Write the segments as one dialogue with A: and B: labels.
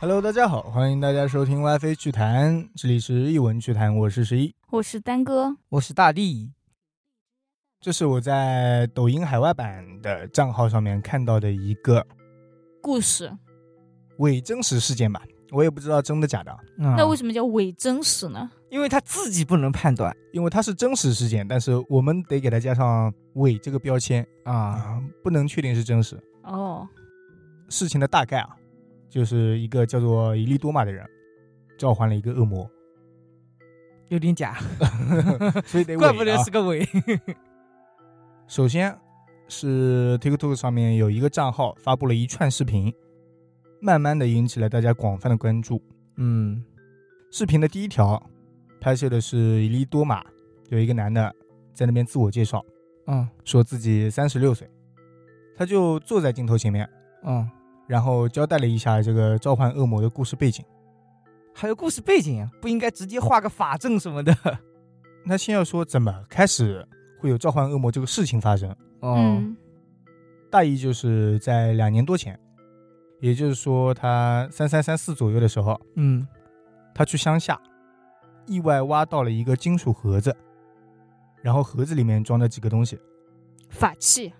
A: Hello，大家好，欢迎大家收听 WiFi 趣谈，这里是译文趣谈，我是十一，
B: 我是丹哥，
C: 我是大力。
A: 这是我在抖音海外版的账号上面看到的一个
B: 故事。
A: 伪真实事件吧，我也不知道真的假啊的，
C: 嗯
B: 那为什么叫伪真实呢？
C: 因为他自己不能判断
A: 因为它是真实事件，但是我们得给它加上“伪”这个标签
C: 啊，
A: 啊、不能确定是真实。
B: 哦，
A: 事情的大概啊，就是一个叫做伊利多玛的人召唤了一个恶魔，
C: 有点假，
A: 所以得伪、啊、
C: 怪不得是个伪。
A: 首先是 TikTok 上面有一个账号发布了一串视频，慢慢的引起了大家广泛的关注。
C: 嗯，
A: 视频的第一条拍摄的是伊利多玛，有一个男的在那边自我介绍，
C: 嗯
A: 说自己三十六岁，他就坐在镜头前面，
C: 嗯，
A: 然后交代了一下这个召唤恶魔的故事背景。
C: 还有故事背景啊，不应该直接画个法阵什么的。
A: 那先要说怎么开始会有召唤恶魔这个事情发生，
C: 哦，
B: 嗯，
A: 大意就是在两年多前，也就是说他三三三四左右的时候，
C: 嗯
A: 他去乡下，意外挖到了一个金属盒子，然后盒子里面装着几个东西，
B: 法器，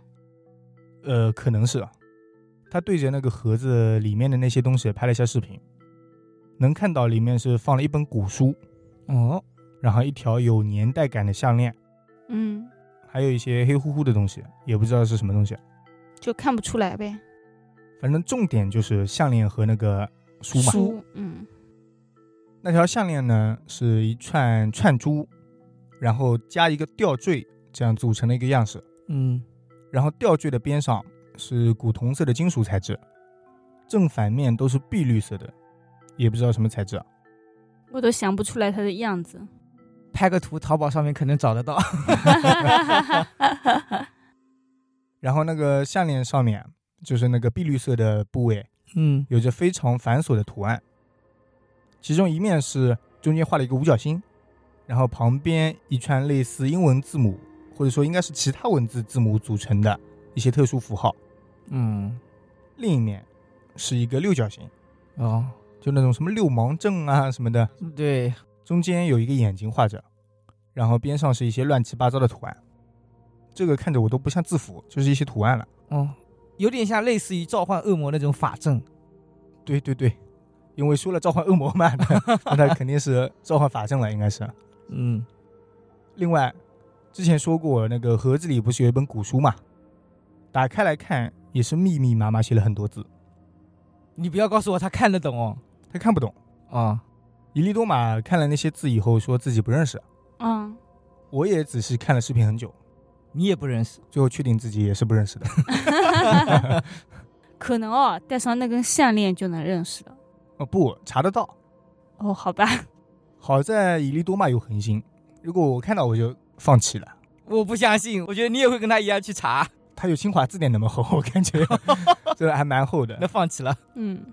A: 呃，可能是啊他对着那个盒子里面的那些东西拍了一下视频，能看到里面是放了一本古书，
C: 哦，
A: 然后一条有年代感的项链，
B: 嗯，
A: 还有一些黑乎乎的东西，也不知道是什么东西。
B: 就看不出来呗。
A: 反正重点就是项链和那个书嘛。
B: 书，嗯，
A: 那条项链呢是一串串珠，然后加一个吊坠，这样组成的一个样式。
C: 嗯
A: 然后吊坠的边上是古铜色的金属材质，正反面都是碧绿色的，也不知道什么材质啊。
B: 我都想不出来他的样子。
C: 拍个图，淘宝上面可能找得到。
A: 然后那个项链上面就是那个碧绿色的部位，
C: 嗯
A: 有着非常繁琐的图案，其中一面是中间画了一个五角星，然后旁边一串类似英文字母或者说应该是其他文字字母组成的一些特殊符号，
C: 嗯，
A: 另一面是一个六角形，
C: 哦，
A: 就那种什么六芒阵啊什么的，
C: 对，
A: 中间有一个眼睛画着，然后边上是一些乱七八糟的图案，这个看着我都不像字符，就是一些图案了。
C: 哦，有点像类似于召唤恶魔那种法阵。
A: 对对对，因为说了召唤恶魔嘛，那 他肯定是召唤法阵了，应该是。
C: 嗯
A: 另外，之前说过那个盒子里不是有一本古书嘛，打开来看也是密密麻麻写了很多字，
C: 你不要告诉我他看得懂哦。
A: 他看不懂。
C: 啊，
A: 伊利多玛看了那些字以后，说自己不认识。
B: 嗯，
A: 我也仔细看了视频很久，
C: 你也不认识。
A: 最后确定自己也是不认识的。
B: 可能哦，戴上那根项链就能认识了。
A: 哦，不查得到。
B: 哦，好吧，
A: 好在伊利多玛有恒心，如果我看到我就放弃了。
C: 我不相信，我觉得你也会跟他一样去查，
A: 他有新华字典那么厚，我感觉 真的还蛮厚的
C: 那。放弃了。
B: 嗯，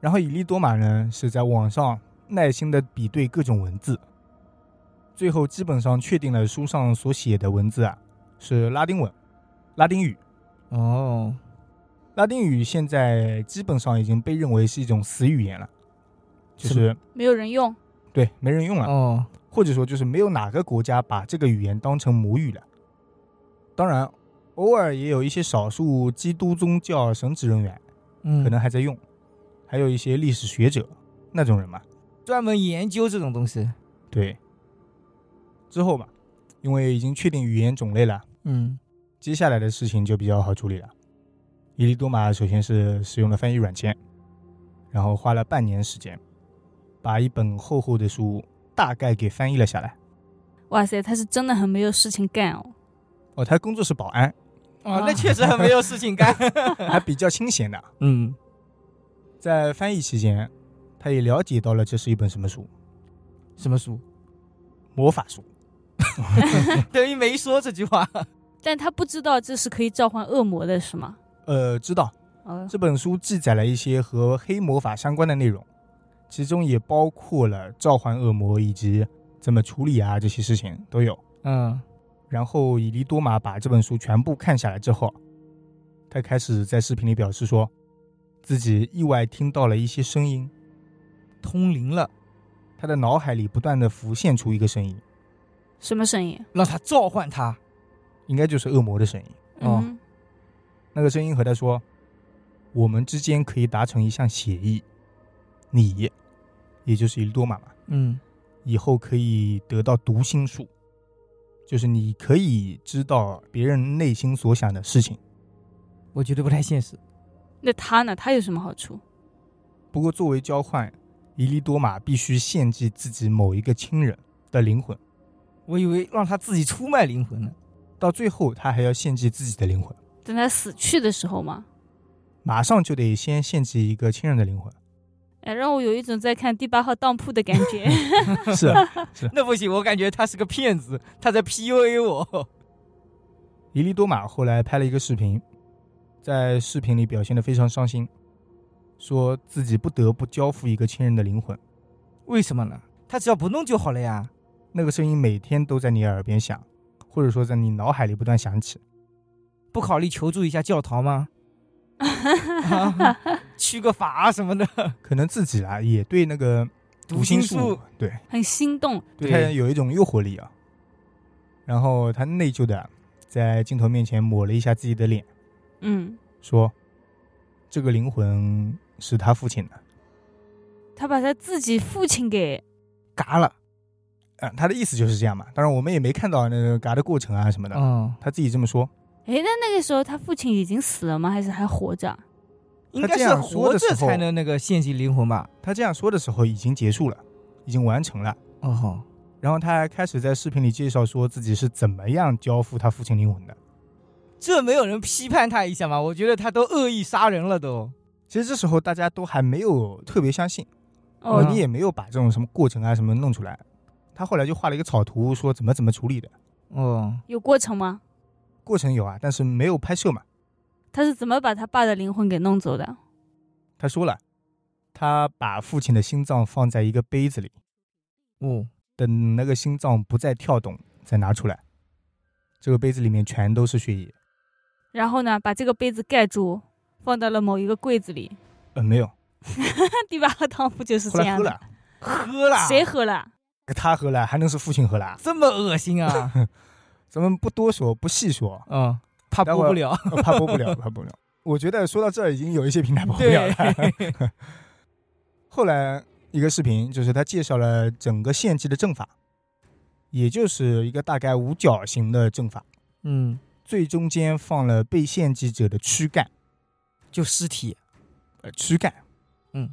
A: 然后伊利多玛呢是在网上耐心的比对各种文字，最后基本上确定了书上所写的文字啊是拉丁文、拉丁语。
C: 哦，
A: 拉丁语现在基本上已经被认为是一种死语言了，就
C: 什
A: 是
B: 没有人用。
A: 对没人用了，
C: 哦，
A: 或者说就是没有哪个国家把这个语言当成母语了。当然，偶尔也有一些少数基督宗教神职人员
C: 嗯，
A: 可能还在用，还有一些历史学者那种人嘛。
C: 专门研究这种东西。
A: 对，之后吧，因为已经确定语言种类了，
C: 嗯
A: 接下来的事情就比较好处理了。伊利多玛首先是使用了翻译软件，然后花了半年时间，把一本厚厚的书大概给翻译了下来。
B: 哇塞，他是真的很没有事情干哦。
A: 哦，他工作是保安，
C: 啊
B: 啊，
C: 那确实很没有事情干。
A: 还比较清闲的。
C: 嗯，
A: 在翻译期间，他也了解到了这是一本什么书
C: 什么书？
A: ——魔法书。
C: 等于没说这句话。
B: 但他不知道这是可以召唤恶魔的，是吗？
A: 呃，知道
B: 哦，
A: 这本书记载了一些和黑魔法相关的内容，其中也包括了召唤恶魔以及怎么处理啊这些事情都有。
C: 嗯
A: 然后以利多玛把这本书全部看下来之后，他开始在视频里表示说，自己意外听到了一些声音，
C: 通灵了，
A: 他的脑海里不断的浮现出一个声音，
B: 什么声音？
C: 让他召唤他。
A: 应该就是恶魔的声音。
C: 哦
B: 嗯，
A: 那个声音和他说：“我们之间可以达成一项协议，你，也就是伊利多玛玛，
C: 嗯，
A: 以后可以得到读心术，就是你可以知道别人内心所想的事情。
C: 我觉得不太现实。
B: 那他呢？他有什么好处？
A: 不过作为交换，伊利多玛必须献祭自己某一个亲人的灵魂，
C: 我以为让他自己出卖灵魂呢。
A: 到最后他还要献祭自己的灵魂，
B: 等他死去的时候吗？
A: 马上就得先献祭一个亲人的灵魂。
B: 哎，让我有一种在看第八号当铺的感觉。
A: 是啊，
C: 那不行，我感觉他是个骗子，他在 PUA 我。
A: 伊利多玛后来拍了一个视频，在视频里表现得非常伤心，说自己不得不交付一个亲人的灵魂。
C: 为什么呢？他只要不弄就好了呀。
A: 那个声音每天都在你耳边响，或者说在你脑海里不断响起。
C: 不考虑求助一下教堂 吗？啊去个法什么的。
A: 可能自己啦也对那个
C: 读
A: 心
C: 心术
A: 对
B: 很心动，
A: 对
C: 对
A: 他有一种诱惑力啊。然后他内疚的在镜头面前抹了一下自己的脸，
B: 嗯，
A: 说：“这个灵魂是他父亲的。
B: 他把他自己父亲给，
A: 嘎了。啊，他的意思就是这样嘛。当然，我们也没看到那个嘎的过程啊什么的。
C: 嗯，
A: 他自己这么说，
B: 哎，那那个时候他父亲已经死了吗？还是还活着？
C: 应该
A: 这
C: 是
A: 样说
C: 活
A: 的时
C: 着
A: 候
C: 才能那个献祭灵魂吧？
A: 他这样说的时候已经结束了，已经完成了。
C: 哦，
A: 然后他还开始在视频里介绍说自己是怎么样交付他父亲灵魂的。
C: 这没有人批判他一下吗？我觉得他都恶意杀人了都。
A: 其实这时候大家都还没有特别相信，
B: 哦，
C: 嗯
A: 你也没有把这种什么过程啊什么弄出来。他后来就画了一个草图，说怎么怎么处理的
C: 哦，
B: 有过程吗？
A: 过程有啊，但是没有拍摄嘛。
B: 他是怎么把他爸的灵魂给弄走的？
A: 他说了，他把父亲的心脏放在一个杯子里，
C: 哦，
A: 等那个心脏不再跳动，再拿出来。这个杯子里面全都是血液。
B: 然后呢，把这个杯子盖住，放到了某一个柜子里。
A: 呃，没有，
B: 那第八号当铺就是
A: 后
B: 这
A: 来
B: 样
A: 喝
B: 的
A: 了。，
C: 喝了，
B: 谁喝了？
A: 他喝了，还能是父亲喝了？
C: 这么恶心啊？
A: 咱们不多说，不细 说，
C: 嗯，怕
A: 待
C: 播
A: 会儿
C: 不了。
A: 呃怕播不了，怕播不了。我觉得说到这儿，已经有一些平台播不了了。 后来一个视频就是他介绍了整个献祭的阵法，也就是一个大概五角形的阵法，
C: 嗯，
A: 最中间放了被献祭者的躯干，
C: 就尸体。
A: 呃，躯干，
C: 嗯，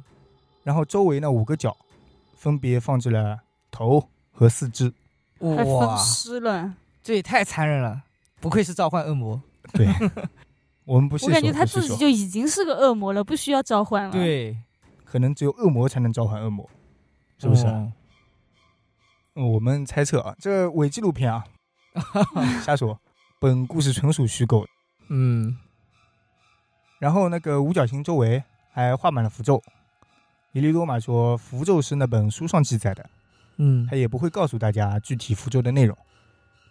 A: 然后周围呢五个角分别放置了头和四肢，
B: 还分
C: 哇，
B: 尸了。
C: 这也太残忍了！不愧是召唤恶魔。
A: 对， 我们不细
B: 我
A: 说，
B: 感觉他
A: 不细
B: 自己
A: 说
B: 就已经是个恶魔了，不需要召唤了。，
C: 对，
A: 可能只有恶魔才能召唤恶魔，是不是？
C: 哦
A: 嗯我们猜测啊，这伪纪录片 啊，瞎说，本故事纯属虚构。
C: 嗯，
A: 然后那个五角星周围还画满了符咒。伊利多玛说，符咒是那本书上记载的，
C: 嗯
A: 他，也不会告诉大家具体符咒的内容。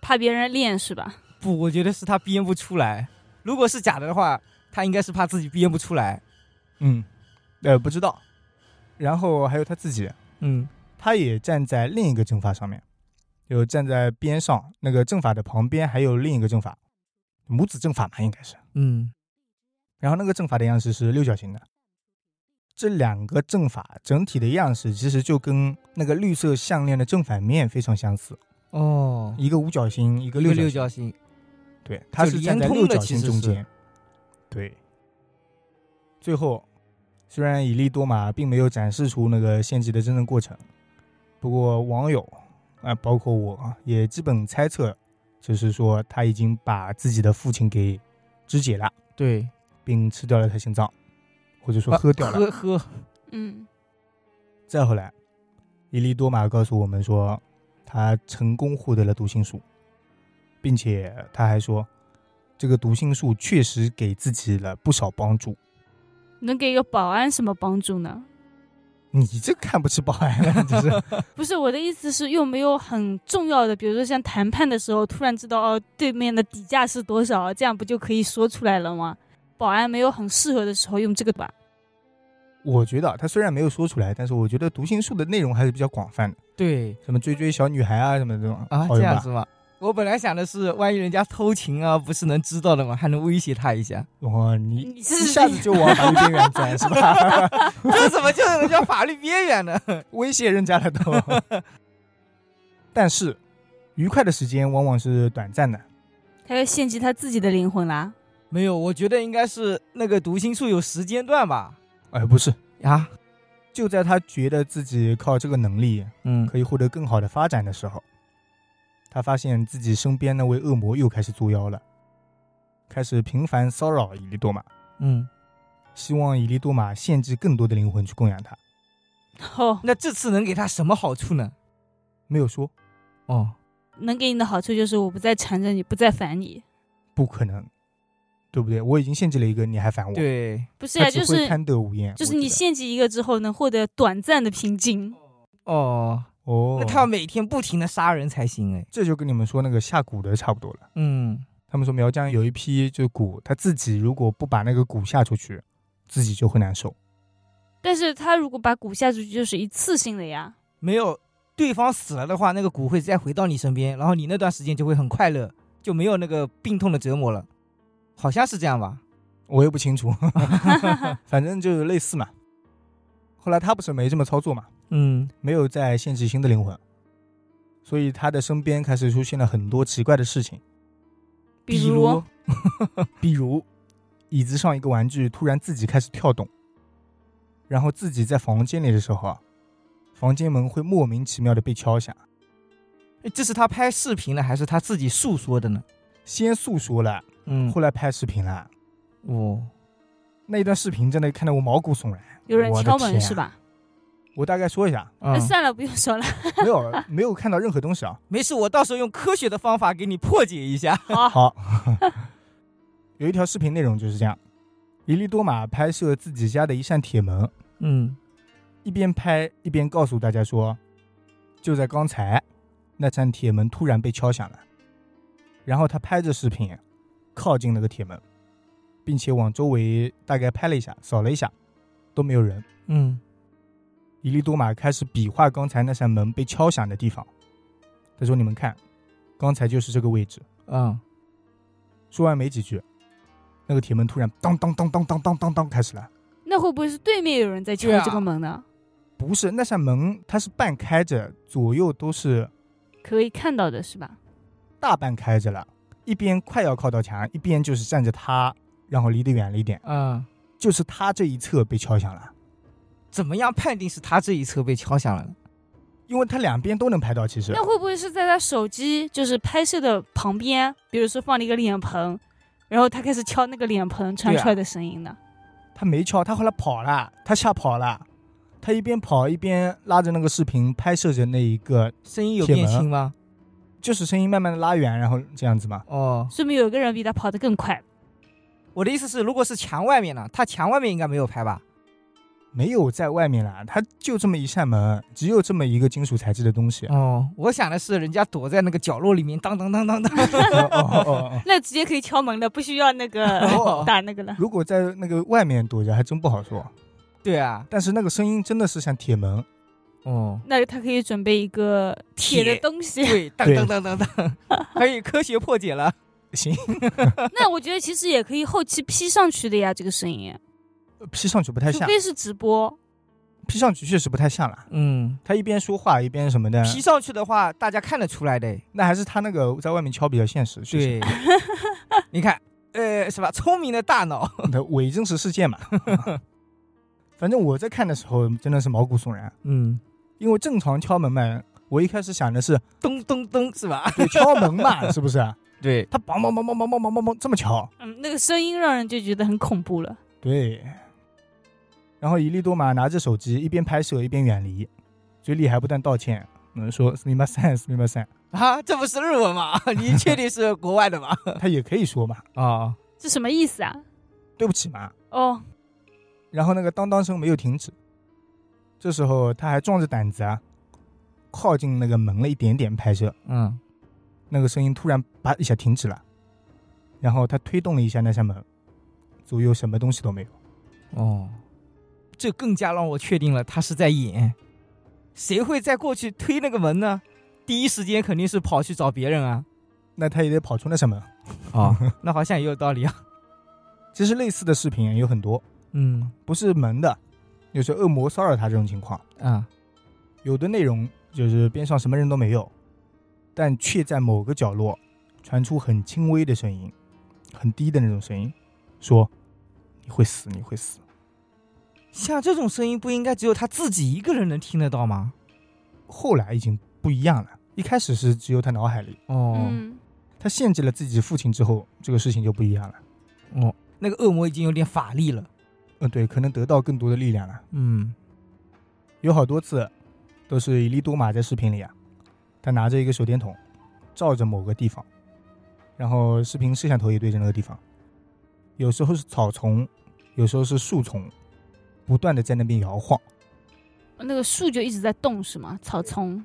B: 怕别人练是吧？
C: 不，我觉得是他编不出来。如果是假的的话，他应该是怕自己编不出来。
A: 嗯，呃，不知道。然后还有他自己，
C: 嗯，
A: 他也站在另一个阵法上面，有站在边上那个阵法的旁边，还有另一个阵法，母子阵法嘛，应该是。
C: 嗯，
A: 然后那个阵法的样式是六角形的。这两个阵法整体的样式其实就跟那个绿色项链的正反面非常相似，
C: 哦，
A: 一个五角星，一个
C: 一
A: 六
C: 个
A: 角
C: 六
A: 形。
C: 角形，
A: 对，它是站在
C: 连通
A: 六
C: 了
A: 角形
C: 其实
A: 中
C: 是
A: 间。对。最后，虽然以利多玛并没有展示出那个献祭的真正过程，不过网友啊、包括我啊，也基本猜测，就是说他已经把自己的父亲给肢解了，
C: 对，
A: 并吃掉了他心脏，或者说
C: 啊
A: 喝掉了。
C: 喝喝，
B: 嗯，
A: 再后来，伊利多玛告诉我们说，他成功获得了读心术，并且他还说，这个读心术确实给自己了不少帮助。
B: 能给一个保安什么帮助呢？
A: 你这看不起保安了，你这 是
B: 不是我的意思是，又没有很重要的，比如说像谈判的时候，突然知道哦对面的底价是多少，这样不就可以说出来了吗？保安没有很适合的时候用这个吧。
A: 我觉得啊他虽然没有说出来，但是我觉得读心术的内容还是比较广泛的，
C: 对
A: 什么追追小女孩啊，什么这种
C: 啊，
A: 好
C: 这
A: 人
C: 样
A: 吧
C: 子嘛。我本来想的是，万一人家偷情啊，不是能知道的嘛，还能威胁他一下。
A: 哇，你
C: 嗯
B: 你
A: 一
B: 是
A: 下子就往法律边缘钻是吧？
C: 这怎么就叫法律边缘呢？
A: 威胁人家了都。 但是，愉快的时间往往是短暂的。
B: 他要献祭他自己的灵魂啦。
C: 没有，我觉得应该是那个读心术有时间段吧。
A: 哎，不是，
C: 啊，
A: 就在他觉得自己靠这个能力
C: 嗯，
A: 可以获得更好的发展的时候，他发现自己身边那位恶魔又开始作妖了，开始频繁骚扰伊利多玛，
C: 嗯，
A: 希望伊利多玛献祭更多的灵魂去供养他。
B: 哦，
C: 那这次能给他什么好处呢？
A: 没有说
C: 哦，
B: 能给你的好处就是我不再缠着你，不再烦你。
A: 不可能，对不对？我已经献祭了一个，你还烦我？，
C: 对，
B: 不是
A: 他
B: 呀，
A: 只
B: 啊就
A: 会
B: 是
A: 贪得无厌。
B: 就是
A: 我
B: 你
A: 觉得
B: 献祭一个之后能获得短暂的平静。
C: 哦，
A: 哦，
C: 那他每天不停的杀人才行哎。
A: 这就跟你们说那个下蛊的差不多了。
C: 嗯，
A: 他们说苗疆有一批就蛊，他自己如果不把那个蛊下出去，自己就会难受。
B: 但是他如果把蛊下出去，就是一次性的呀。
C: 没有，对方死了的话，那个骨会再回到你身边，然后你那段时间就会很快乐，就没有那个病痛的折磨了，好像是这样吧？
A: 我也不清 楚， 反正就是类似嘛。后来他不是没这么操作嘛，
C: 嗯，
A: 没有再献祭新的灵魂，所以他的身边开始出现了很多奇怪的事情，
B: 比如，
A: 比如 椅子上一个玩具突然自己开始跳动，然后自己在房间里的时候啊，房间门会莫名其妙的被敲响。
C: 诶这是他拍视频的还是他自己诉说的呢？
A: 先诉说了，
C: 嗯，
A: 后来拍视频了。
C: 哦，
A: 那一段视频真的看得我毛骨悚然。
B: 有人
A: 我的
B: 敲门
A: 天啊
B: 是吧？
A: 我大概说一下，
B: 那
C: 嗯，
B: 算了，不用说了。
A: 没有没有看到任何东西啊。
C: 没事，我到时候用科学的方法给你破解一下。
B: 好，
A: 好， 有一条视频内容就是这样：伊利多玛拍摄自己家的一扇铁门，
C: 嗯，
A: 一边拍一边告诉大家说，就在刚才，那扇铁门突然被敲响了。然后他拍着视频靠近那个铁门，并且往周围大概拍了一下，扫了一下，都没有人。
C: 嗯，
A: 伊利多玛开始比划刚才那扇门被敲响的地方。他说：“你们看，刚才就是这个位置。
C: 嗯，”
A: 说完没几句，那个铁门突然当当当当当当当当开始了。
B: 那会不会是对面有人在敲
C: 对啊
B: 这个门呢？
A: 不是那扇门，它是半开着，左右都是
B: 可以看到的是吧？
A: 大半开着了，一边快要靠到墙，一边就是站着他，然后离得远了一点，
C: 嗯，
A: 就是他这一侧被敲响了，
C: 怎么样判定是他这一侧被敲响了呢？
A: 因为他两边都能拍到。其实
B: 那会不会是在他手机就是拍摄的旁边，比如说放了一个脸盆，然后他开始敲那个脸盆传出来的声音呢？
A: 他没敲，他后来跑了，他吓跑了，他一边跑一边拉着那个视频拍摄着那一个
C: 声音有
A: 铁
C: 变
A: 门
C: 轻吗？
A: 就是声音慢慢的拉远，然后这样子嘛。
C: 哦，
B: 说明有个人比他跑得更快。
C: 我的意思是，如果是墙外面呢，他墙外面应该没有拍吧？
A: 没有在外面啦，它就这么一扇门，只有这么一个金属材质的东西。
C: 哦，我想的是人家躲在那个角落里面，当当当当当。
A: 哦哦哦哦
B: 那直接可以敲门了，不需要那个
C: 哦
B: 打那个了。
A: 如果在那个外面躲着，还真不好说。
C: 对啊，
A: 但是那个声音真的是像铁门，
C: 哦，
B: 那他可以准备一个铁的
C: 铁
B: 东西，
C: 对，当
A: 对
C: 当当当当， 可以科学破解了。
A: 行，
B: 那我觉得其实也可以后期 P 上去的呀，这个声音，
A: 披上去不太
B: 除
A: 像，
B: 非是直播。
A: 披上去确实不太像啦。
C: 嗯，
A: 他一边说话一边什么的，
C: 披上去的话，大家看得出来的。
A: 那还是他那个在外面敲比较现实，确实。
C: 对， 你看，呃，是吧？聪明的大脑，
A: 那伪真实事件嘛。反正我在看的时候真的是毛骨悚然，
C: 嗯，
A: 因为正常敲门嘛，我一开始想的是
C: 咚咚咚，是吧？
A: 对敲门嘛，是不是？
C: 对，
A: 他梆梆梆梆梆梆梆梆梆这么敲，
B: 嗯，那个声音让人就觉得很恐怖了。
A: 对。然后伊利多玛拿着手机一边拍摄一边远离，嘴里还不断道歉，嗯，说 s l i m a s a n s l i m a s a
C: 啊，这不是日文 吗？你确定是国外的吗？
A: n 他也可以说嘛，
C: 啊，
B: 这什么意思啊？
A: 对不起嘛。
B: 哦，
A: 然后那个当当声没有停止，这时候他还壮着胆子啊，靠近那个门了一点点拍摄，
C: 嗯，
A: 那个声音突然叭一下停止了，然后他推动了一下那扇门，左右什么东西都没有。
C: 哦，这更加让我确定了他是在演。谁会再过去推那个门呢？第一时间肯定是跑去找别人啊！
A: 那他也得跑出那扇门。
C: 啊、 那好像也有道理啊。
A: 其实类似的视频也有很多，
C: 嗯
A: 不是门的，有时候恶魔骚扰他这种情况，
C: 啊，
A: 有的内容就是边上什么人都没有，但却在某个角落传出很轻微的声音，很低的那种声音，说你会死，你会死，
C: 像这种声音不应该只有他自己一个人能听得到吗？
A: 后来已经不一样了。一开始是只有他脑海里，
C: 哦、
B: 嗯，
A: 他限制了自己父亲之后，这个事情就不一样了。
C: 哦，那个恶魔已经有点法力了。
A: 嗯，对，可能得到更多的力量了。
C: 嗯
A: 有好多次都是伊利多玛在视频里啊，他拿着一个手电筒照着某个地方，然后视频摄像头也对着那个地方，有时候是草丛，有时候是树丛，不断的在那边摇晃。
B: 那个树就一直在动是吗？草丛，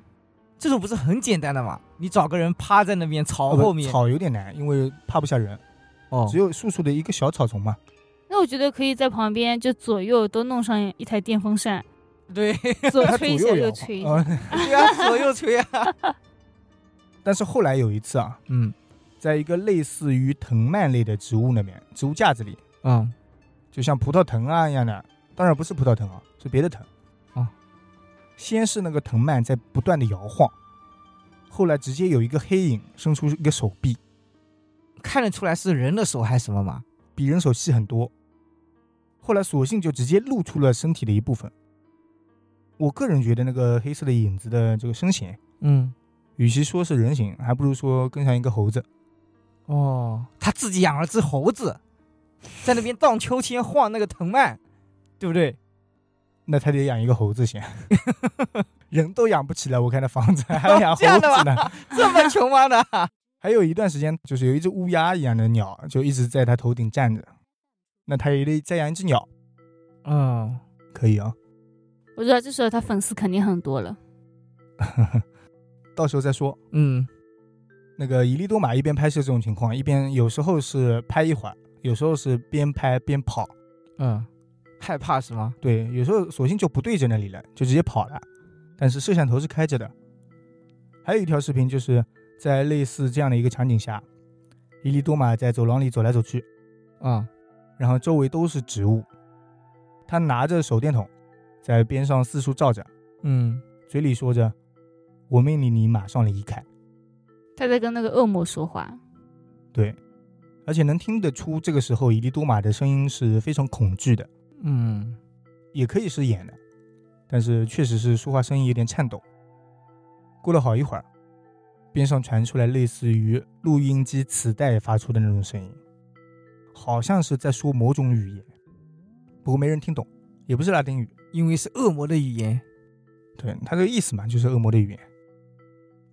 C: 这种不是很简单的吗？你找个人趴在那边朝
A: 哦不
C: 后面，
A: 草有点难，因为怕不下人，
C: 哦
A: 只有树树的一个小草丛嘛，
B: 那我觉得可以在旁边就左右都弄上一台电风扇，
C: 对
B: 左
A: 它左
B: 吹一下
A: 右摇
B: 右
A: 晃
B: 吹一下。
A: 呃
C: 对啊， 左右吹啊。
A: 但是后来有一次啊，
C: 嗯
A: 在一个类似于藤蔓类的植物那边，植物架子里，
C: 嗯
A: 就像葡萄藤啊一样的，当然不是葡萄藤啊，是别的藤
C: 啊。
A: 先是那个藤蔓在不断的摇晃，后来直接有一个黑影伸出一个手臂，
C: 看得出来是人的手还是什么吗？
A: 比人手细很多。后来索性就直接露出了身体的一部分。我个人觉得那个黑色的影子的这个身形，
C: 嗯，
A: 与其说是人形，还不如说更像一个猴子。
C: 哦，他自己养了只猴子，在那边荡秋千晃那个藤蔓， 对不对？
A: 那他得养一个猴子先， 人都养不起了，我看那房子还要 养
C: 哦这样
A: 猴
C: 的
A: 子呢。
C: 这么穷吗的？
A: 还有一段时间，就是有一只乌鸦一样的鸟，就一直在他头顶站着。那他也得再养一只鸟，
C: 嗯，
A: 可以啊，
B: 我知道这时候他粉丝肯定很多了。
A: 到时候再说。
C: 嗯，
A: 那个伊利多玛一边拍摄这种情况，一边有时候是拍一会儿，有时候是边拍边跑，
C: 嗯，害怕是吗？
A: 对，有时候索性就不对着那里了，就直接跑了。但是摄像头是开着的。还有一条视频就是在类似这样的一个场景下，伊利多玛在走廊里走来走去，
C: 啊、
A: 然后周围都是植物，他拿着手电筒在边上四处照着。
C: 嗯，
A: 嘴里说着：“我命令你马上离开。
B: 他在跟那个恶魔说话，”
A: 对，而且能听得出这个时候伊利多玛的声音是非常恐惧的，
C: 嗯，
A: 也可以是演的，但是确实是说话声音有点颤抖。过了好一会儿，边上传出来类似于录音机磁带发出的那种声音，好像是在说某种语言，不过没人听懂，也不是拉丁语。
C: 因为是恶魔的语言，
A: 对，它这个意思嘛，就是恶魔的语言。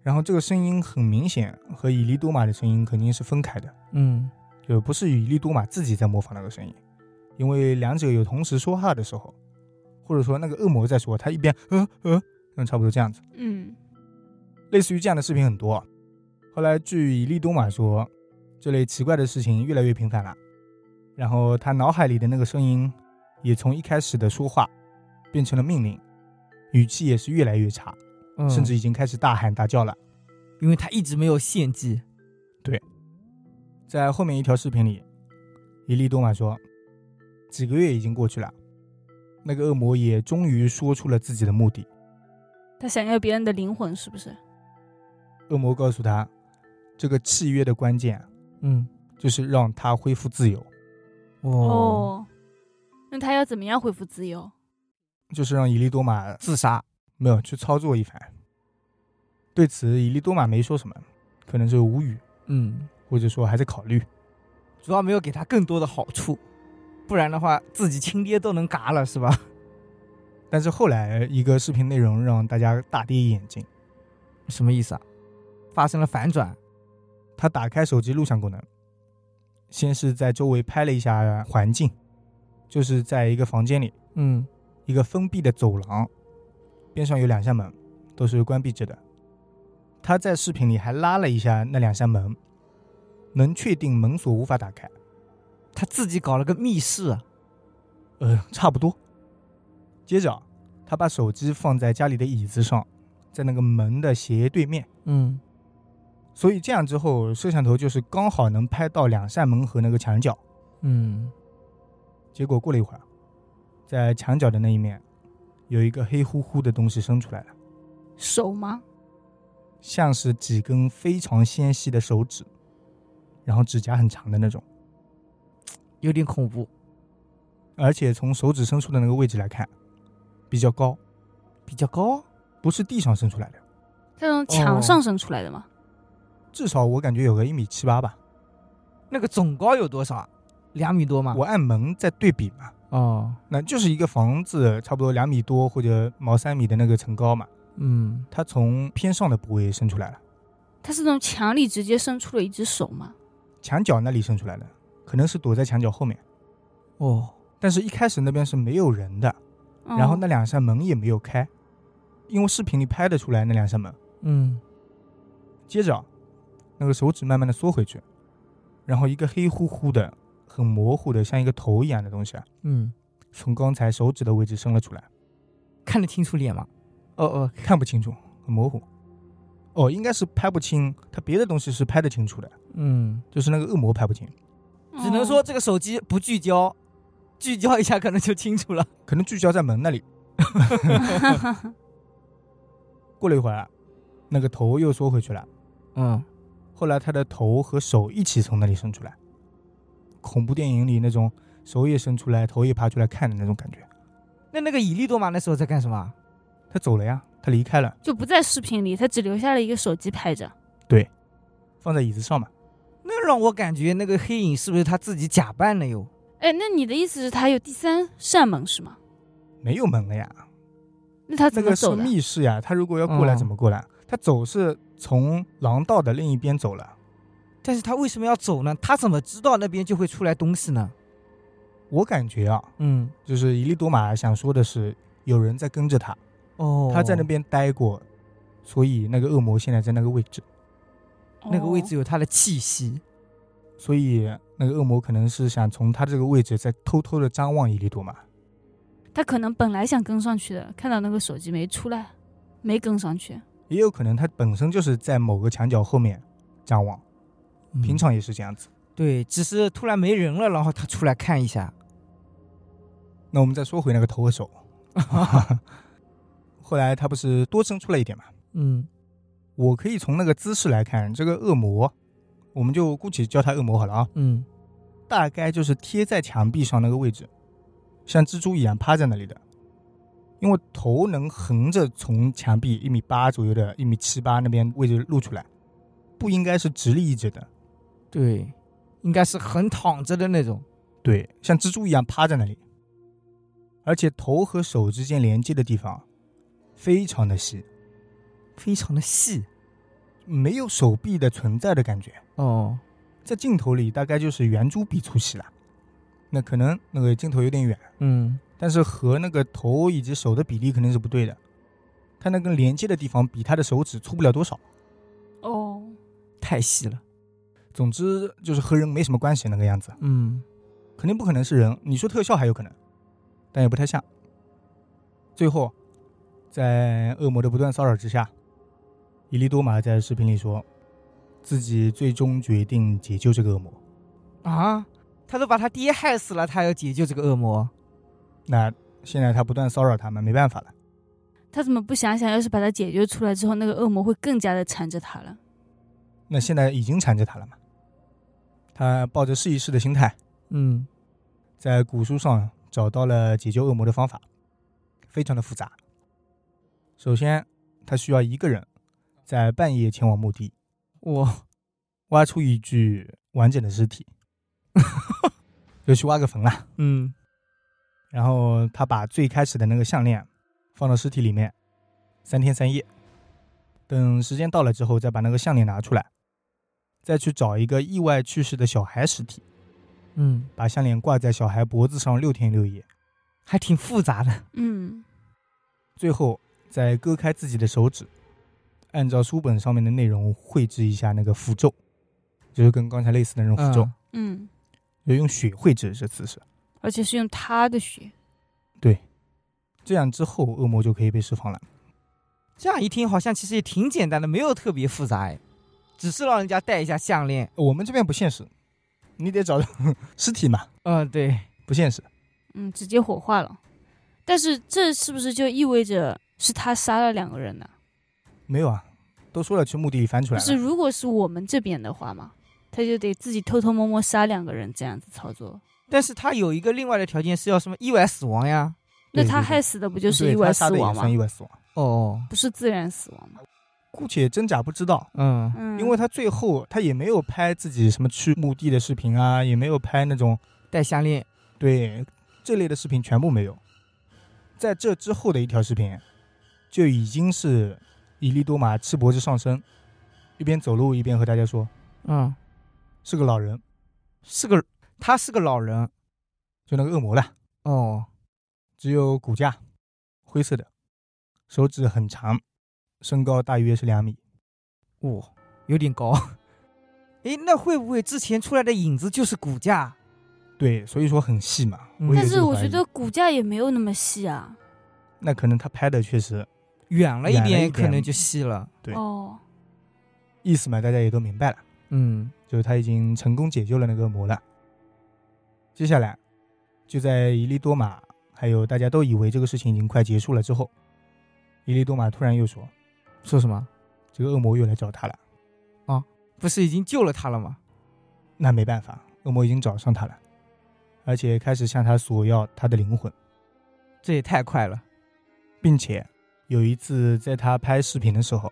A: 然后这个声音很明显和以利多玛的声音肯定是分开的，
C: 嗯，
A: 就不是以利多玛自己在模仿那个声音，因为两者有同时说话的时候，或者说那个恶魔在说，他一边呃呃，那差不多这样子。
B: 嗯，
A: 类似于这样的视频很多。啊后来据以利多玛说，这类奇怪的事情越来越频繁了。然后他脑海里的那个声音，也从一开始的说话，变成了命令，语气也是越来越差。
C: 嗯
A: 甚至已经开始大喊大叫了。
C: 因为他一直没有献祭，
A: 在后面一条视频里，伊利多玛说，几个月已经过去了，那个恶魔也终于说出了自己的目的。
B: 他想要别人的灵魂是不是？
A: 恶魔告诉他，这个契约的关键
C: 嗯，
A: 就是让他恢复自由，
C: 哦，，
B: 那他要怎么样恢复自由？
A: 就是让伊利多玛
C: 自杀，
A: 没有去操作一番。对此，伊利多玛没说什么，可能是无语，
C: 嗯，
A: 或者说还在考虑。
C: 主要没有给他更多的好处，不然的话自己亲爹都能嘎了是吧？
A: 但是后来一个视频内容让大家大跌眼镜，
C: 什么意思啊？发生了反转，
A: 他打开手机录像功能，先是在周围拍了一下环境，就是在一个房间里，
C: 嗯
A: 一个封闭的走廊，边上有两扇门，都是关闭着的。他在视频里还拉了一下那两扇门，能确定门锁无法打开。
C: 他自己搞了个密室啊，
A: 呃，差不多。接着啊，他把手机放在家里的椅子上，在那个门的斜对面，
C: 嗯
A: 所以这样之后，摄像头就是刚好能拍到两扇门和那个墙角。
C: 嗯
A: 结果过了一会儿，在墙角的那一面，有一个黑乎乎的东西伸出来了，
B: 手吗？
A: 像是几根非常纤细的手指，然后指甲很长的那种，
C: 有点恐怖，
A: 而且从手指伸出的那个位置来看，比较高，
C: 比较高，
A: 不是地上伸出来的，
B: 它从墙上伸出来的吗？
A: 至少我感觉有个一米七八吧。
C: 那个总高有多少啊？两米多吗？
A: 我按门在对比嘛，
C: 哦，
A: 那就是一个房子差不多两米多或者毛三米的那个层高嘛，
C: 嗯，
A: 它从偏上的部位伸出来了，
B: 它是从墙里直接伸出了一只手吗？
A: 墙角那里伸出来的，可能是躲在墙角后面。
C: 哦，
A: 但是一开始那边是没有人的，
B: 嗯
A: 然后那两扇门也没有开，因为视频里拍得出来那两扇门。
C: 嗯，
A: 接着啊，那个手指慢慢的缩回去，然后一个黑乎乎的、很模糊的，像一个头一样的东西啊，
C: 嗯，
A: 从刚才手指的位置伸了出来，
C: 看得清楚脸吗？哦哦，
A: 看不清楚，很模糊。哦，应该是拍不清，它别的东西是拍得清楚的，
C: 嗯，
A: 就是那个恶魔拍不清，
B: 哦
C: 只能说这个手机不聚焦，聚焦一下可能就清楚了。
A: 可能聚焦在门那里。
B: 哦
A: 过了一会儿啊，那个头又缩回去了，
C: 嗯，
A: 后来他的头和手一起从那里伸出来，恐怖电影里那种手也伸出来，头也爬出来看的那种感觉。
C: 那那个伊利多玛那时候在干什么？啊
A: 他走了呀，他离开了，
B: 就不在视频里，它只留下了一个手机拍着。
A: 放在椅子上嘛。
C: 那让我感觉那个黑影是不是他自己假扮的哟？
B: 哎，那你的意思是它有第三扇门是吗？
A: 没有门了呀，
B: 那它
A: 那
B: 怎么
A: 个是
B: 走的？
A: 密室呀。他如果要过来，
C: 嗯
A: 怎么过来？他走是从廊道的另一边走了。
C: 但是他为什么要走呢？他怎么知道那边就会出来东西呢？
A: 我感觉啊，
C: 嗯，
A: 就是伊利多玛想说的是，有人在跟着他，
C: 哦，
A: 他在那边待过，所以那个恶魔现在在那个位置，
B: 哦
C: 那个位置有他的气息。
A: 所以那个恶魔可能是想从他这个位置再偷偷的张望伊利多玛。
B: 他可能本来想跟上去的，看到那个手机没出来，没跟上去。
A: 也有可能他本身就是在某个墙角后面张望，
C: 嗯
A: 平常也是这样子。
C: 对，只是突然没人了，然后他出来看一下。
A: 那我们再说回那个头和手，后来他不是多伸出了一点嘛？
C: 嗯
A: 我可以从那个姿势来看，这个恶魔，我们就姑且叫他恶魔好了啊，
C: 嗯，
A: 大概就是贴在墙壁上那个位置，像蜘蛛一样趴在那里的。因为头能横着从墙壁一米八左右的一米七八那边位置露出来，不应该是直立一直的，
C: 对，应该是很躺着的那种。
A: 对，像蜘蛛一样趴在那里，而且头和手之间连接的地方非常的细，
C: 非常的细
A: 没有手臂的存在的感觉，
C: 哦，
A: 在镜头里大概就是圆珠笔粗细了。那可能那个镜头有点远，
C: 嗯，
A: 但是和那个头以及手的比例肯定是不对的。它那根连接的地方比他的手指粗不了多少。
B: 哦，
C: 太细了，
A: 总之就是和人没什么关系那个样子，
C: 嗯
A: 肯定不可能是人。你说特效还有可能，但也不太像。最后，在恶魔的不断骚扰之下，伊利多玛在视频里说，自己最终决定解救这个恶魔。
C: 啊，他都把他爹害死了，他要解救这个恶魔。
A: 那现在他不断骚扰他们，没办法了。
B: 他怎么不想想，要是把它解决出来之后，那个恶魔会更加的缠着他了？
A: 那现在已经缠着他了嘛？他抱着试一试的心态，
C: 嗯
A: 在古书上找到了解救恶魔的方法，非常的复杂。首先，他需要一个人在半夜前往墓地，
C: 我
A: 挖出一具完整的尸体，就去挖个坟啊。
C: 嗯
A: 然后他把最开始的那个项链放到尸体里面，三天三夜。等时间到了之后，再把那个项链拿出来，再去找一个意外去世的小孩尸体，
C: 嗯，
A: 把项链挂在小孩脖子上六天六夜，
C: 还挺复杂的。
B: 嗯，
A: 最后再割开自己的手指，按照书本上面的内容绘制一下那个符咒，就是跟刚才类似的那种符咒，
C: 嗯
B: 嗯，
A: 就用血绘制这次是。
B: 而且是用他的血。
A: 这样之后，恶魔就可以被释放了。
C: 这样一听，好像其实也挺简单的，没有特别复杂哎，只是让人家戴一下项链。
A: 我们这边不现实，你得找到 尸体嘛，
C: 嗯，对，
A: 不现实。
B: 嗯，直接火化了。但是这是不是就意味着是他杀了两个人呢？
A: 没有啊，都说了去墓地里翻出
B: 就
A: 来
B: 是
A: 了。
B: 如果是我们这边的话嘛，他就得自己偷偷摸摸杀两个人这样子操作。
C: 但是他有一个另外的条件是要什么意外死亡呀？
B: 那
A: 对
B: 他
A: 对对
B: 害死的不就是
A: 对
B: 意外
A: 他杀
B: 死
A: 的也
B: 亡
A: 算
B: 吗
A: 意？外死亡，
C: 哦，
B: 不是自然死亡吗？
A: 姑且真假不知道，
C: 嗯，
B: 嗯，
A: 因为他最后他也没有拍自己什么去墓地的视频啊，也没有拍那种
C: 戴项链，
A: 对这类的视频全部没有。在这之后的一条视频，就已经是伊利多玛赤膊着上身，一边走路一边和大家说
C: 嗯，
A: 是个老人，
C: 是个他是个老人，
A: 就那个恶魔了，
C: 哦，
A: 只有骨架，灰色的，手指很长，身高大约是两米。
C: 哦，有点高。 诶，那会不会之前出来的影子就是骨架？
A: 对，所以说很细嘛。
C: 嗯
A: 也
B: 但
A: 是
B: 是
A: 个
B: 我
A: 怀
B: 觉
A: 疑
B: 得骨架也没有那么细啊。
A: 那可能他拍的确实
C: 远了一
A: 远了一
C: 点，
A: 点
C: 可能就细了。
A: 对
B: 哦，
A: 意思嘛，大家也都明白了，
C: 嗯，
A: 就是他已经成功解救了那个恶魔了。接下来，就在伊利多玛还有大家都以为这个事情已经快结束了之后，伊利多玛突然又说，
C: 说什么？
A: 这个恶魔又来找他了。
C: 不是已经救了他了吗？
A: 那没办法，恶魔已经找上他了，而且开始向他索要他的灵魂，
C: 这也太快了。
A: 并且有一次在他拍视频的时候，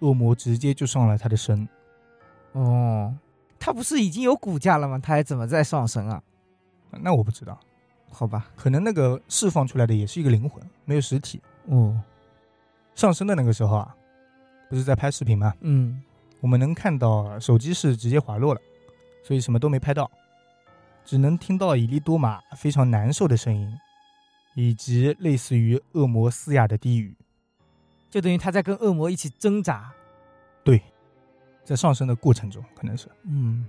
A: 恶魔直接就上了他的身，
C: 哦，他不是已经有骨架了吗？他还怎么再上升啊？
A: 那我不知道。
C: 好吧。
A: 可能那个释放出来的也是一个灵魂，没有实体。
C: 哦，
A: 上升的那个时候啊，不是在拍视频吗？
C: 嗯，
A: 我们能看到手机是直接滑落了，所以什么都没拍到，只能听到伊利多玛非常难受的声音，以及类似于恶魔嘶哑的低语。
C: 就等于他在跟恶魔一起挣扎。
A: 在上升的过程中，可能是
C: 嗯，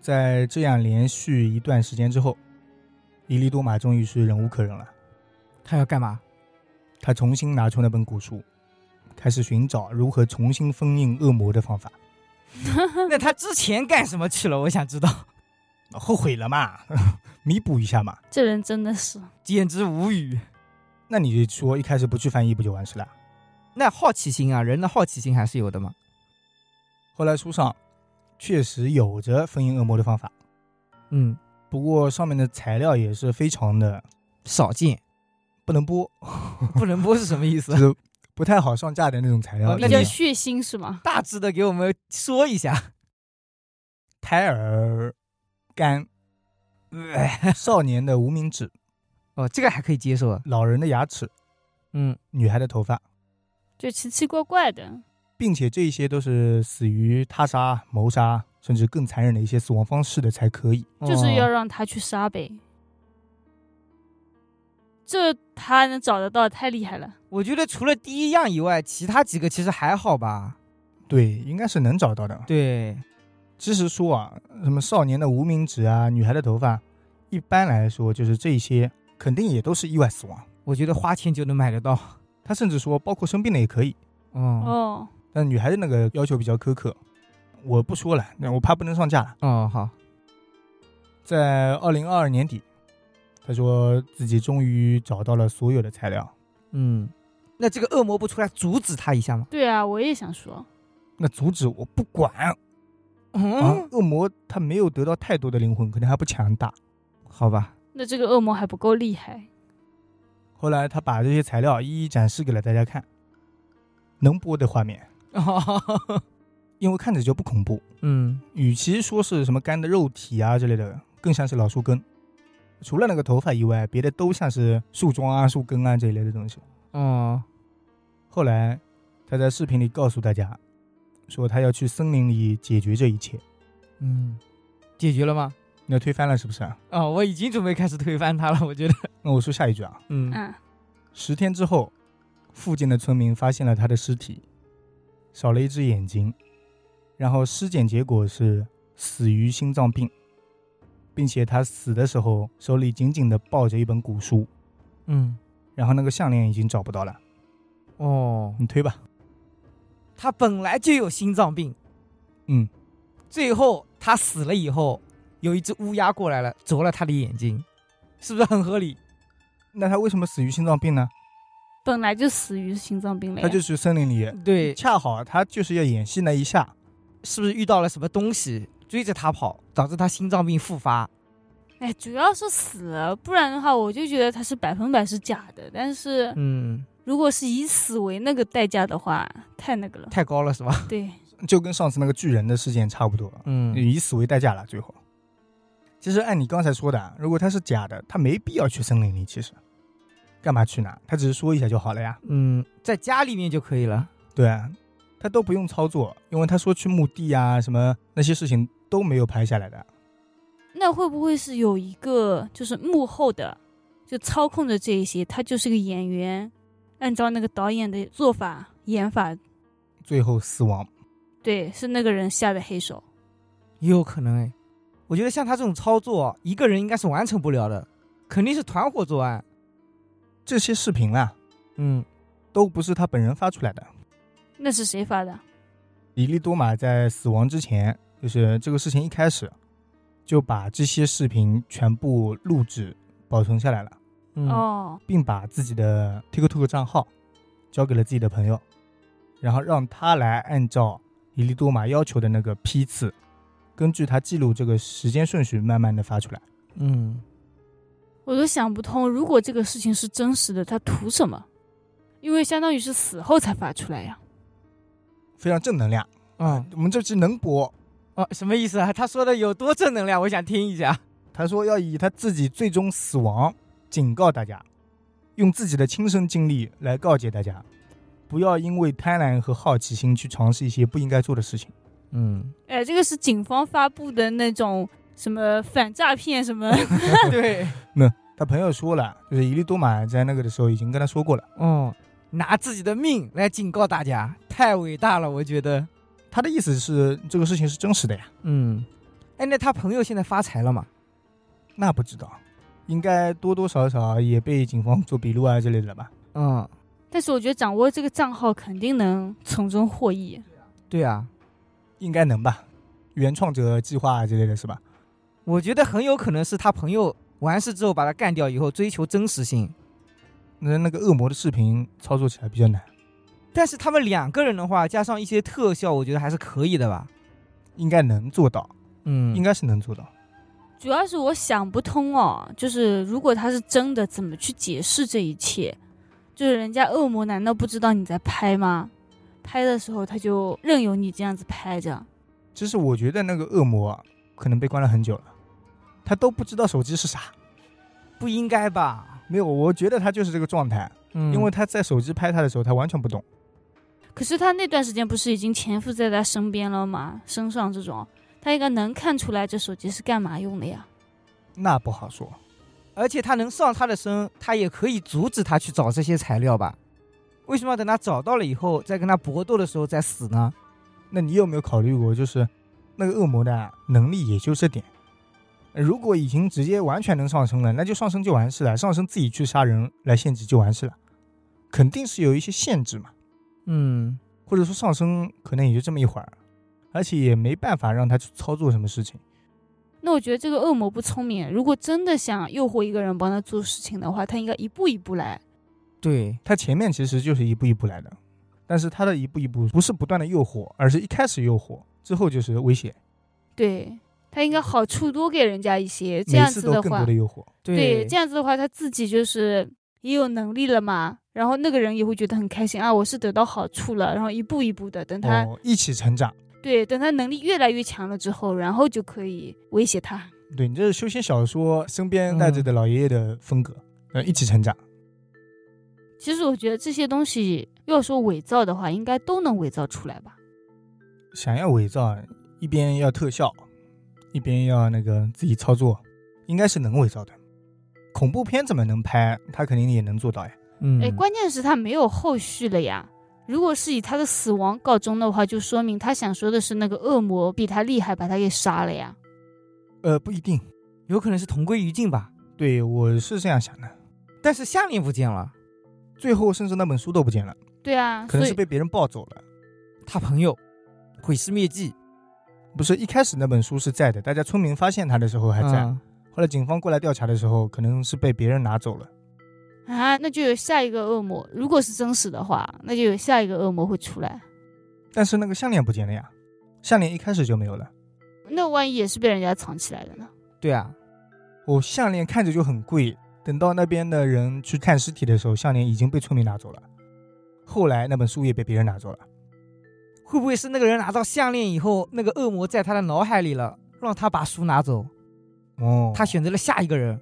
A: 在这样连续一段时间之后，伊利多玛终于是忍无可忍了。
C: 他要干嘛？
A: 他重新拿出那本古书，开始寻找如何重新封印恶魔的方法。
C: 那他之前干什么去了？我想知道，
A: 后悔了嘛， 弥补一下嘛。
B: 这人真的是
C: 简直无语。
A: 那你说一开始不去翻译不就完事了？
C: 那好奇心啊，人的好奇心还是有的嘛。
A: 后来书上确实有着封印恶魔的方法，
C: 嗯，
A: 不过上面的材料也是非常的
C: 少 见，
A: 不能播，
C: 不能播是什么意
A: 就
C: 思？啊
A: 是不太好上架的那种材料。
C: 哦
B: 比
C: 那
B: 较
C: 你
B: 血腥是吗？
C: 大致的给我们说一下。
A: 胎儿肝、
C: 呃
A: 少年的无名指、
C: 哦，这个还可以接受啊。
A: 老人的牙齿、
C: 嗯，
A: 女孩的头发，
B: 就奇奇怪怪的。
A: 并且这些都是死于他杀、谋杀，甚至更残忍的一些死亡方式的才可以。
B: 就是要
C: 哦
B: 让他去杀呗。这他能找得到，太厉害了。
C: 我觉得除了第一样以外，其他几个其实还好吧。
A: 对，应该是能找到的。
C: 对，
A: 其实说啊，什么少年的无名指啊，女孩的头发，一般来说就是这些，肯定也都是意外死亡。
C: 我觉得花钱就能买得到。
A: 他甚至说，包括生病了也可以，
C: 哦
B: 哦，
A: 但女孩的那个要求比较苛刻，我不说了，那我怕不能上架了。
C: 哦，好，
A: 在二零二二年底，他说自己终于找到了所有的材料，
C: 嗯，那这个恶魔不出来阻止他一下吗？
B: 对啊，我也想说，
A: 那阻止我不管啊！
C: 嗯，
A: 恶魔他没有得到太多的灵魂，可能还不强大。
C: 好吧，
B: 那这个恶魔还不够厉害。
A: 后来他把这些材料一一展示给了大家看，能播的画面，
C: 哦，
A: 因为看着就不恐怖。
C: 嗯，
A: 与其说是什么干的肉体啊之类的，更像是老树根。除了那个头发以外，别的都像是树桩啊、树根啊这一类的东西。
C: 哦，
A: 后来，他在视频里告诉大家，说他要去森林里解决这一切。
C: 嗯，解决了吗？
A: 你要推翻了是不是？啊
C: 哦，我已经准备开始推翻他了，我觉得，
A: 那我说下一句啊，
C: 嗯，
B: 嗯，
A: 十天之后，附近的村民发现了他的尸体，少了一只眼睛，然后尸检结果是死于心脏病，并且他死的时候手里紧紧地抱着一本古书。
C: 嗯，
A: 然后那个项链已经找不到了，
C: 哦，
A: 你推吧。
C: 他本来就有心脏病，
A: 嗯，
C: 最后他死了以后，有一只乌鸦过来了，啄了他的眼睛，是不是很合理？
A: 那他为什么死于心脏病呢？
B: 本来就死于心脏病了呀。
A: 他就是森林里，
C: 对，
A: 恰好啊他就是要演戏那一下，
C: 是不是遇到了什么东西追着他跑，导致他心脏病复发？
B: 哎，主要是死了，不然的话，我就觉得他是百分百是假的。但是
C: 嗯，
B: 如果是以死为那个代价的话，太那个 了。
C: 太高了是吧？
B: 对，
A: 就跟上次那个巨人的事件差不多，
C: 嗯，
A: 以死为代价了。最后，其实按你刚才说的啊，如果他是假的，他没必要去森林里。其实，干嘛去呢？他只是说一下就好了呀。
C: 嗯，在家里面就可以了。
A: 对啊，他都不用操作，因为他说去墓地啊什么那些事情都没有拍下来的。
B: 那会不会是有一个就是幕后的，就操控着这一些？他就是个演员，按照那个导演的做法演法，
A: 最后死亡，
B: 对，是那个人下的黑手。
C: 也有可能哎。我觉得像他这种操作，一个人应该是完成不了的，肯定是团伙作案。
A: 这些视频啊，
C: 嗯，
A: 都不是他本人发出来的。
B: 那是谁发的？
A: 迪利多玛在死亡之前，就是这个事情一开始，就把这些视频全部录制保存下来了，
C: 嗯，
B: 哦，
A: 并把自己的 TikTok 账号交给了自己的朋友，然后让他来按照迪利多玛要求的那个批次，根据他记录这个时间顺序，慢慢的发出来。
C: 嗯，
B: 我都想不通，如果这个事情是真实的，他图什么？因为相当于是死后才发出来呀、
A: 非常正能量，
C: 啊
A: 我们这期能播。
C: 啊，什么意思啊？他说的有多正能量？我想听一下。
A: 他说要以他自己最终死亡警告大家，用自己的亲身经历来告诫大家，不要因为贪婪和好奇心去尝试一些不应该做的事情。
C: 嗯，
B: 哎，这个是警方发布的那种什么反诈骗什么
C: 对，
A: 他朋友说了，就是伊利多玛在那个的时候已经跟他说过了，
C: 哦，拿自己的命来警告大家，太伟大了，我觉得。
A: 他的意思是这个事情是真实的呀。
C: 嗯，哎，那他朋友现在发财了嘛？
A: 那不知道，应该多多少少也被警方做笔录啊之类的吧。
C: 嗯，
B: 但是我觉得掌握这个账号肯定能从中获益。
C: 对啊，
A: 应该能吧，原创者计划啊之类的是吧？
C: 我觉得很有可能是他朋友完事之后把他干掉以后，追求真实性。
A: 那那个恶魔的视频操作起来比较难，
C: 但是他们两个人的话，加上一些特效，我觉得还是可以的吧。
A: 应该能做到，
C: 嗯
A: 应该是能做到。
B: 主要是我想不通哦，就是如果他是真的，怎么去解释这一切？就是人家恶魔难道不知道你在拍吗？拍的时候他就任由你这样子拍着。
A: 其实我觉得那个恶魔啊可能被关了很久了，他都不知道手机是啥。
C: 不应该吧？
A: 没有，我觉得他就是这个状态，
C: 嗯
A: 因为他在手机拍他的时候，他完全不懂。
B: 可是他那段时间不是已经潜伏在他身边了吗？身上这种，他应该能看出来这手机是干嘛用的呀。
A: 那不好说，
C: 而且他能上他的身，他也可以阻止他去找这些材料吧？为什么要等他找到了以后，再跟他搏斗的时候再死呢？
A: 那你有没有考虑过，就是那个恶魔的能力也就这点？如果已经直接完全能上升了，那就上升就完事了，上升自己去杀人来献祭就完事了，肯定是有一些限制嘛，
C: 嗯，
A: 或者说上升可能也就这么一会儿，而且也没办法让他去操作什么事情。
B: 那我觉得这个恶魔不聪明，如果真的想诱惑一个人帮他做事情的话，他应该一步一步来。
C: 对，
A: 他前面其实就是一步一步来的，但是他的一步一步不是不断的诱惑，而是一开始诱惑，之后就是威胁，
B: 对他应该好处多给人家一些，这
A: 每
B: 样
A: 次
B: 子
A: 都
B: 的
A: 更
B: 话，
A: 多的诱惑。
B: 对，这样子的话，他自己就是也有能力了嘛，然后那个人也会觉得很开心啊，我是得到好处了，然后一步一步的，等他、
A: 哦，一起成长。
B: 对，等他能力越来越强了之后，然后就可以威胁他。
A: 对你这是修仙小说身
B: 嗯
A: 边带着的老爷爷的风格，呃、一起成长。
B: 其实我觉得这些东西要说伪造的话，应该都能伪造出来吧。
A: 想要伪造，一边要特效，一边要那个自己操作，应该是能伪造的。恐怖片怎么能拍？他肯定也能做到呀。
C: 嗯
B: 哎、关键是他没有后续了呀。如果是以他的死亡告终的话，就说明他想说的是那个恶魔比他厉害，把他给杀了呀。
A: 呃，不一定。
C: 有可能是同归于尽吧。
A: 对我是这样想的。
C: 但是项链不见了，
A: 最后甚至那本书都不见了，
B: 对啊，
A: 可能
B: 所
A: 是
B: 以
A: 被别人抱走了。
C: 他朋友毁尸灭迹
A: 不是一开始那本书是在的，大家村民发现他的时候还在，
C: 嗯
A: 后来警方过来调查的时候，可能是被别人拿走了。
B: 啊，那就有下一个恶魔。如果是真实的话，那就有下一个恶魔会出来。
A: 但是那个项链不见了呀，项链一开始就没有了。
B: 那万一也是被人家藏起来的呢？
C: 对啊，
A: 我、项链看着就很贵，等到那边的人去看尸体的时候，项链已经被村民拿走了。后来那本书也被别人拿走了。
C: 会不会是那个人拿到项链以后，那个恶魔在他的脑海里了，让他把书拿走，
A: 哦，
C: 他选择了下一个人，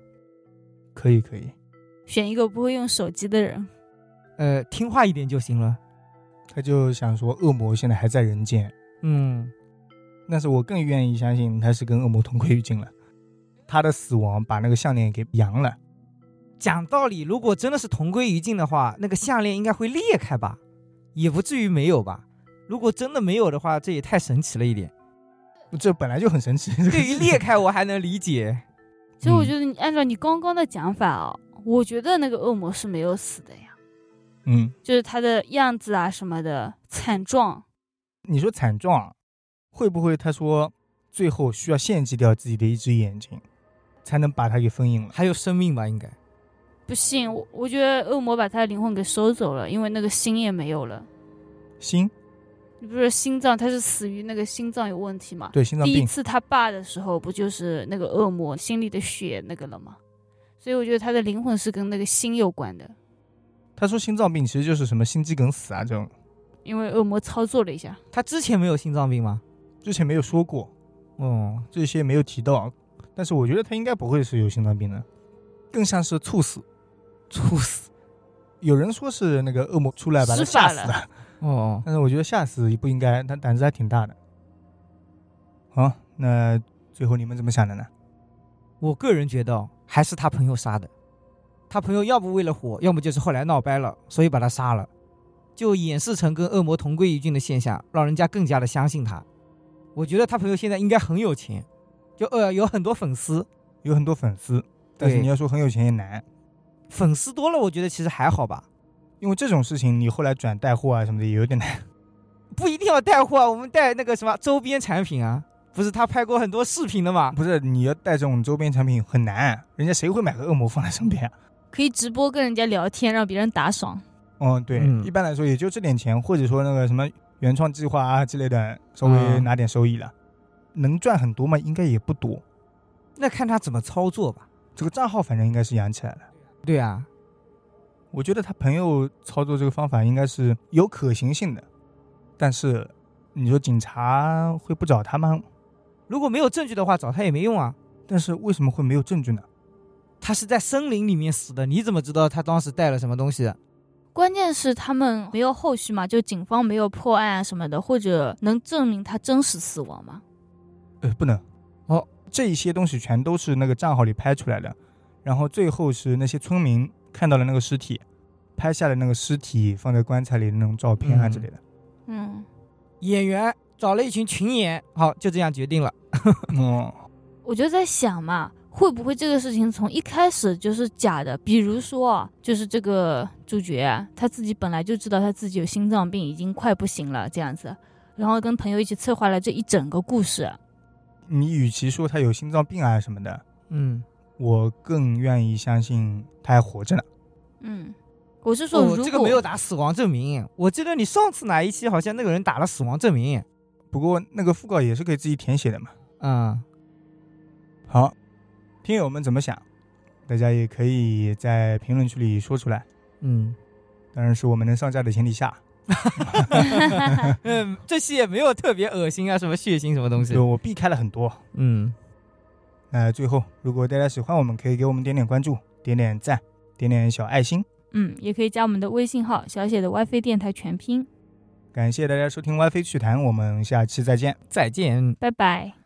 A: 可以可以，
B: 选一个不会用手机的人。
C: 呃，听话一点就行了。
A: 他就想说恶魔现在还在人间，
C: 嗯，
A: 但是我更愿意相信他是跟恶魔同归于尽了。他的死亡把那个项链给扬了，
C: 讲道理，如果真的是同归于尽的话，那个项链应该会裂开吧，也不至于没有吧。如果真的没有的话，这也太神奇了一 点。
A: 这本来就很神奇。这个
C: 对于
A: 事
C: 裂开，我还能理解。
B: 其实我
A: 嗯
B: 觉得，你按照你刚刚的讲法哦，我觉得那个恶魔是没有死的呀，
A: 嗯，
B: 就是他的样子啊什么的惨状。
A: 你说惨状，会不会他说最后需要献祭掉自己的一只眼睛，才能把它给封印了？
C: 还有生命吧，应该。
B: 不信，我我觉得恶魔把他的灵魂给收走了，因为那个心也没有了。
A: 心
B: 你不是心脏，他是死于那个心脏有问题嘛？
A: 对心脏
B: 第一
A: 病，
B: 次他爸的时候，不就是那个恶魔心里的血那个了吗？所以我觉得他的灵魂是跟那个心有关的，
A: 他说心脏病其实就是什么心肌梗死啊这种，
B: 因为恶魔操作了一下。
C: 他之前没有心脏病吗？
A: 之前没有说过，
C: 哦，
A: 这些没有提到，但是我觉得他应该不会是有心脏病的，更像是猝死。
C: 猝死。
A: 有人说是那个恶魔出来把他
B: 施法
A: 吓死
B: 了
A: 的，
C: 哦，
A: 但是我觉得吓死也不应该，他胆子还挺大的。好，那最后你们怎么想的呢？
C: 我个人觉得还是他朋友杀的。他朋友要不为了火，要么就是后来闹掰了，所以把他杀了，就掩饰成跟恶魔同归于尽的现象，让人家更加的相信他。我觉得他朋友现在应该很有钱，就呃有很多粉丝，
A: 有很多粉丝，但是
C: 对
A: 你要说很有钱也难，
C: 粉丝多了，我觉得其实还好吧，
A: 因为这种事情你后来转带货啊什么的也有点难。
C: 不一定要带货啊，我们带那个什么周边产品啊，不是他拍过很多视频的嘛？
A: 不是你要带这种周边产品很难，啊人家谁会买个恶魔放在身边啊？
B: 可以直播跟人家聊天，让别人打赏。
A: 嗯，对，
C: 嗯
A: 一般来说也就这点钱，或者说那个什么原创计划啊之类的，稍微
C: 啊
A: 拿点收益了，能赚很多吗？应该也不多。
C: 那看他怎么操作吧。
A: 这个账号反正应该是养起来了。
C: 对啊，
A: 我觉得他朋友操作这个方法应该是有可行性的，但是你说警察会不找他吗？
C: 如果没有证据的话，找他也没用啊。
A: 但是为什么会没有证据呢？
C: 他是在森林里面死的，你怎么知道他当时带了什么东西？
B: 关键是他们没有后续嘛，就警方没有破案啊什么的，或者能证明他真实死亡吗？
A: 呃，不能
C: 哦，
A: 这一些东西全都是那个账号里拍出来的，然后最后是那些村民看到了那个尸体，拍下了那个尸体放在棺材里的那种照片啊
C: 嗯
A: 之类的。
B: 嗯，
C: 演员找了一群群演，好，就这样决定了。
A: 哦，
B: 我就在想嘛，会不会这个事情从一开始就是假的？比如说啊，就是这个主角啊他自己本来就知道他自己有心脏病，已经快不行了这样子，然后跟朋友一起策划了这一整个故事。
A: 你与其说他有心脏病啊什么的，
C: 嗯，
A: 我更愿意相信他还活着呢。
B: 嗯，我是说，
C: 我、
B: 如果、
C: 哦这个没有打死亡证明，我记得你上次哪一期好像那个人打了死亡证明。
A: 不过那个讣告也是可以自己填写的嘛。
C: 嗯，
A: 好，听友们怎么想？大家也可以在评论区里说出来，
C: 嗯，
A: 当然是我们能上架的前提下。
C: 嗯，这期也没有特别恶心啊，什么血腥什么东西
A: 就。我避开了很多。
C: 嗯，
A: 那最后，如果大家喜欢我们，可以给我们点点关注，点点赞，点点小爱心。
B: 嗯，也可以加我们的微信号小写的 WiFi 电台全拼，
A: 感谢大家收听《歪飞趣谈》，我们下期再见。
C: 再见。
B: 拜拜。